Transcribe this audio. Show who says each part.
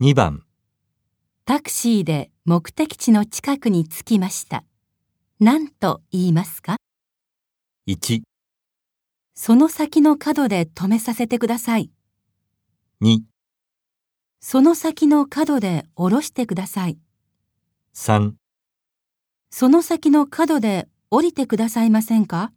Speaker 1: 2番、
Speaker 2: タクシーで目的地の近くに着きました。何と言いますか
Speaker 1: 1、
Speaker 2: その先の角で止めさせてください。
Speaker 1: 2、
Speaker 2: その先の角で降ろしてください。
Speaker 1: 3
Speaker 2: その先の角で降りてくださいませんか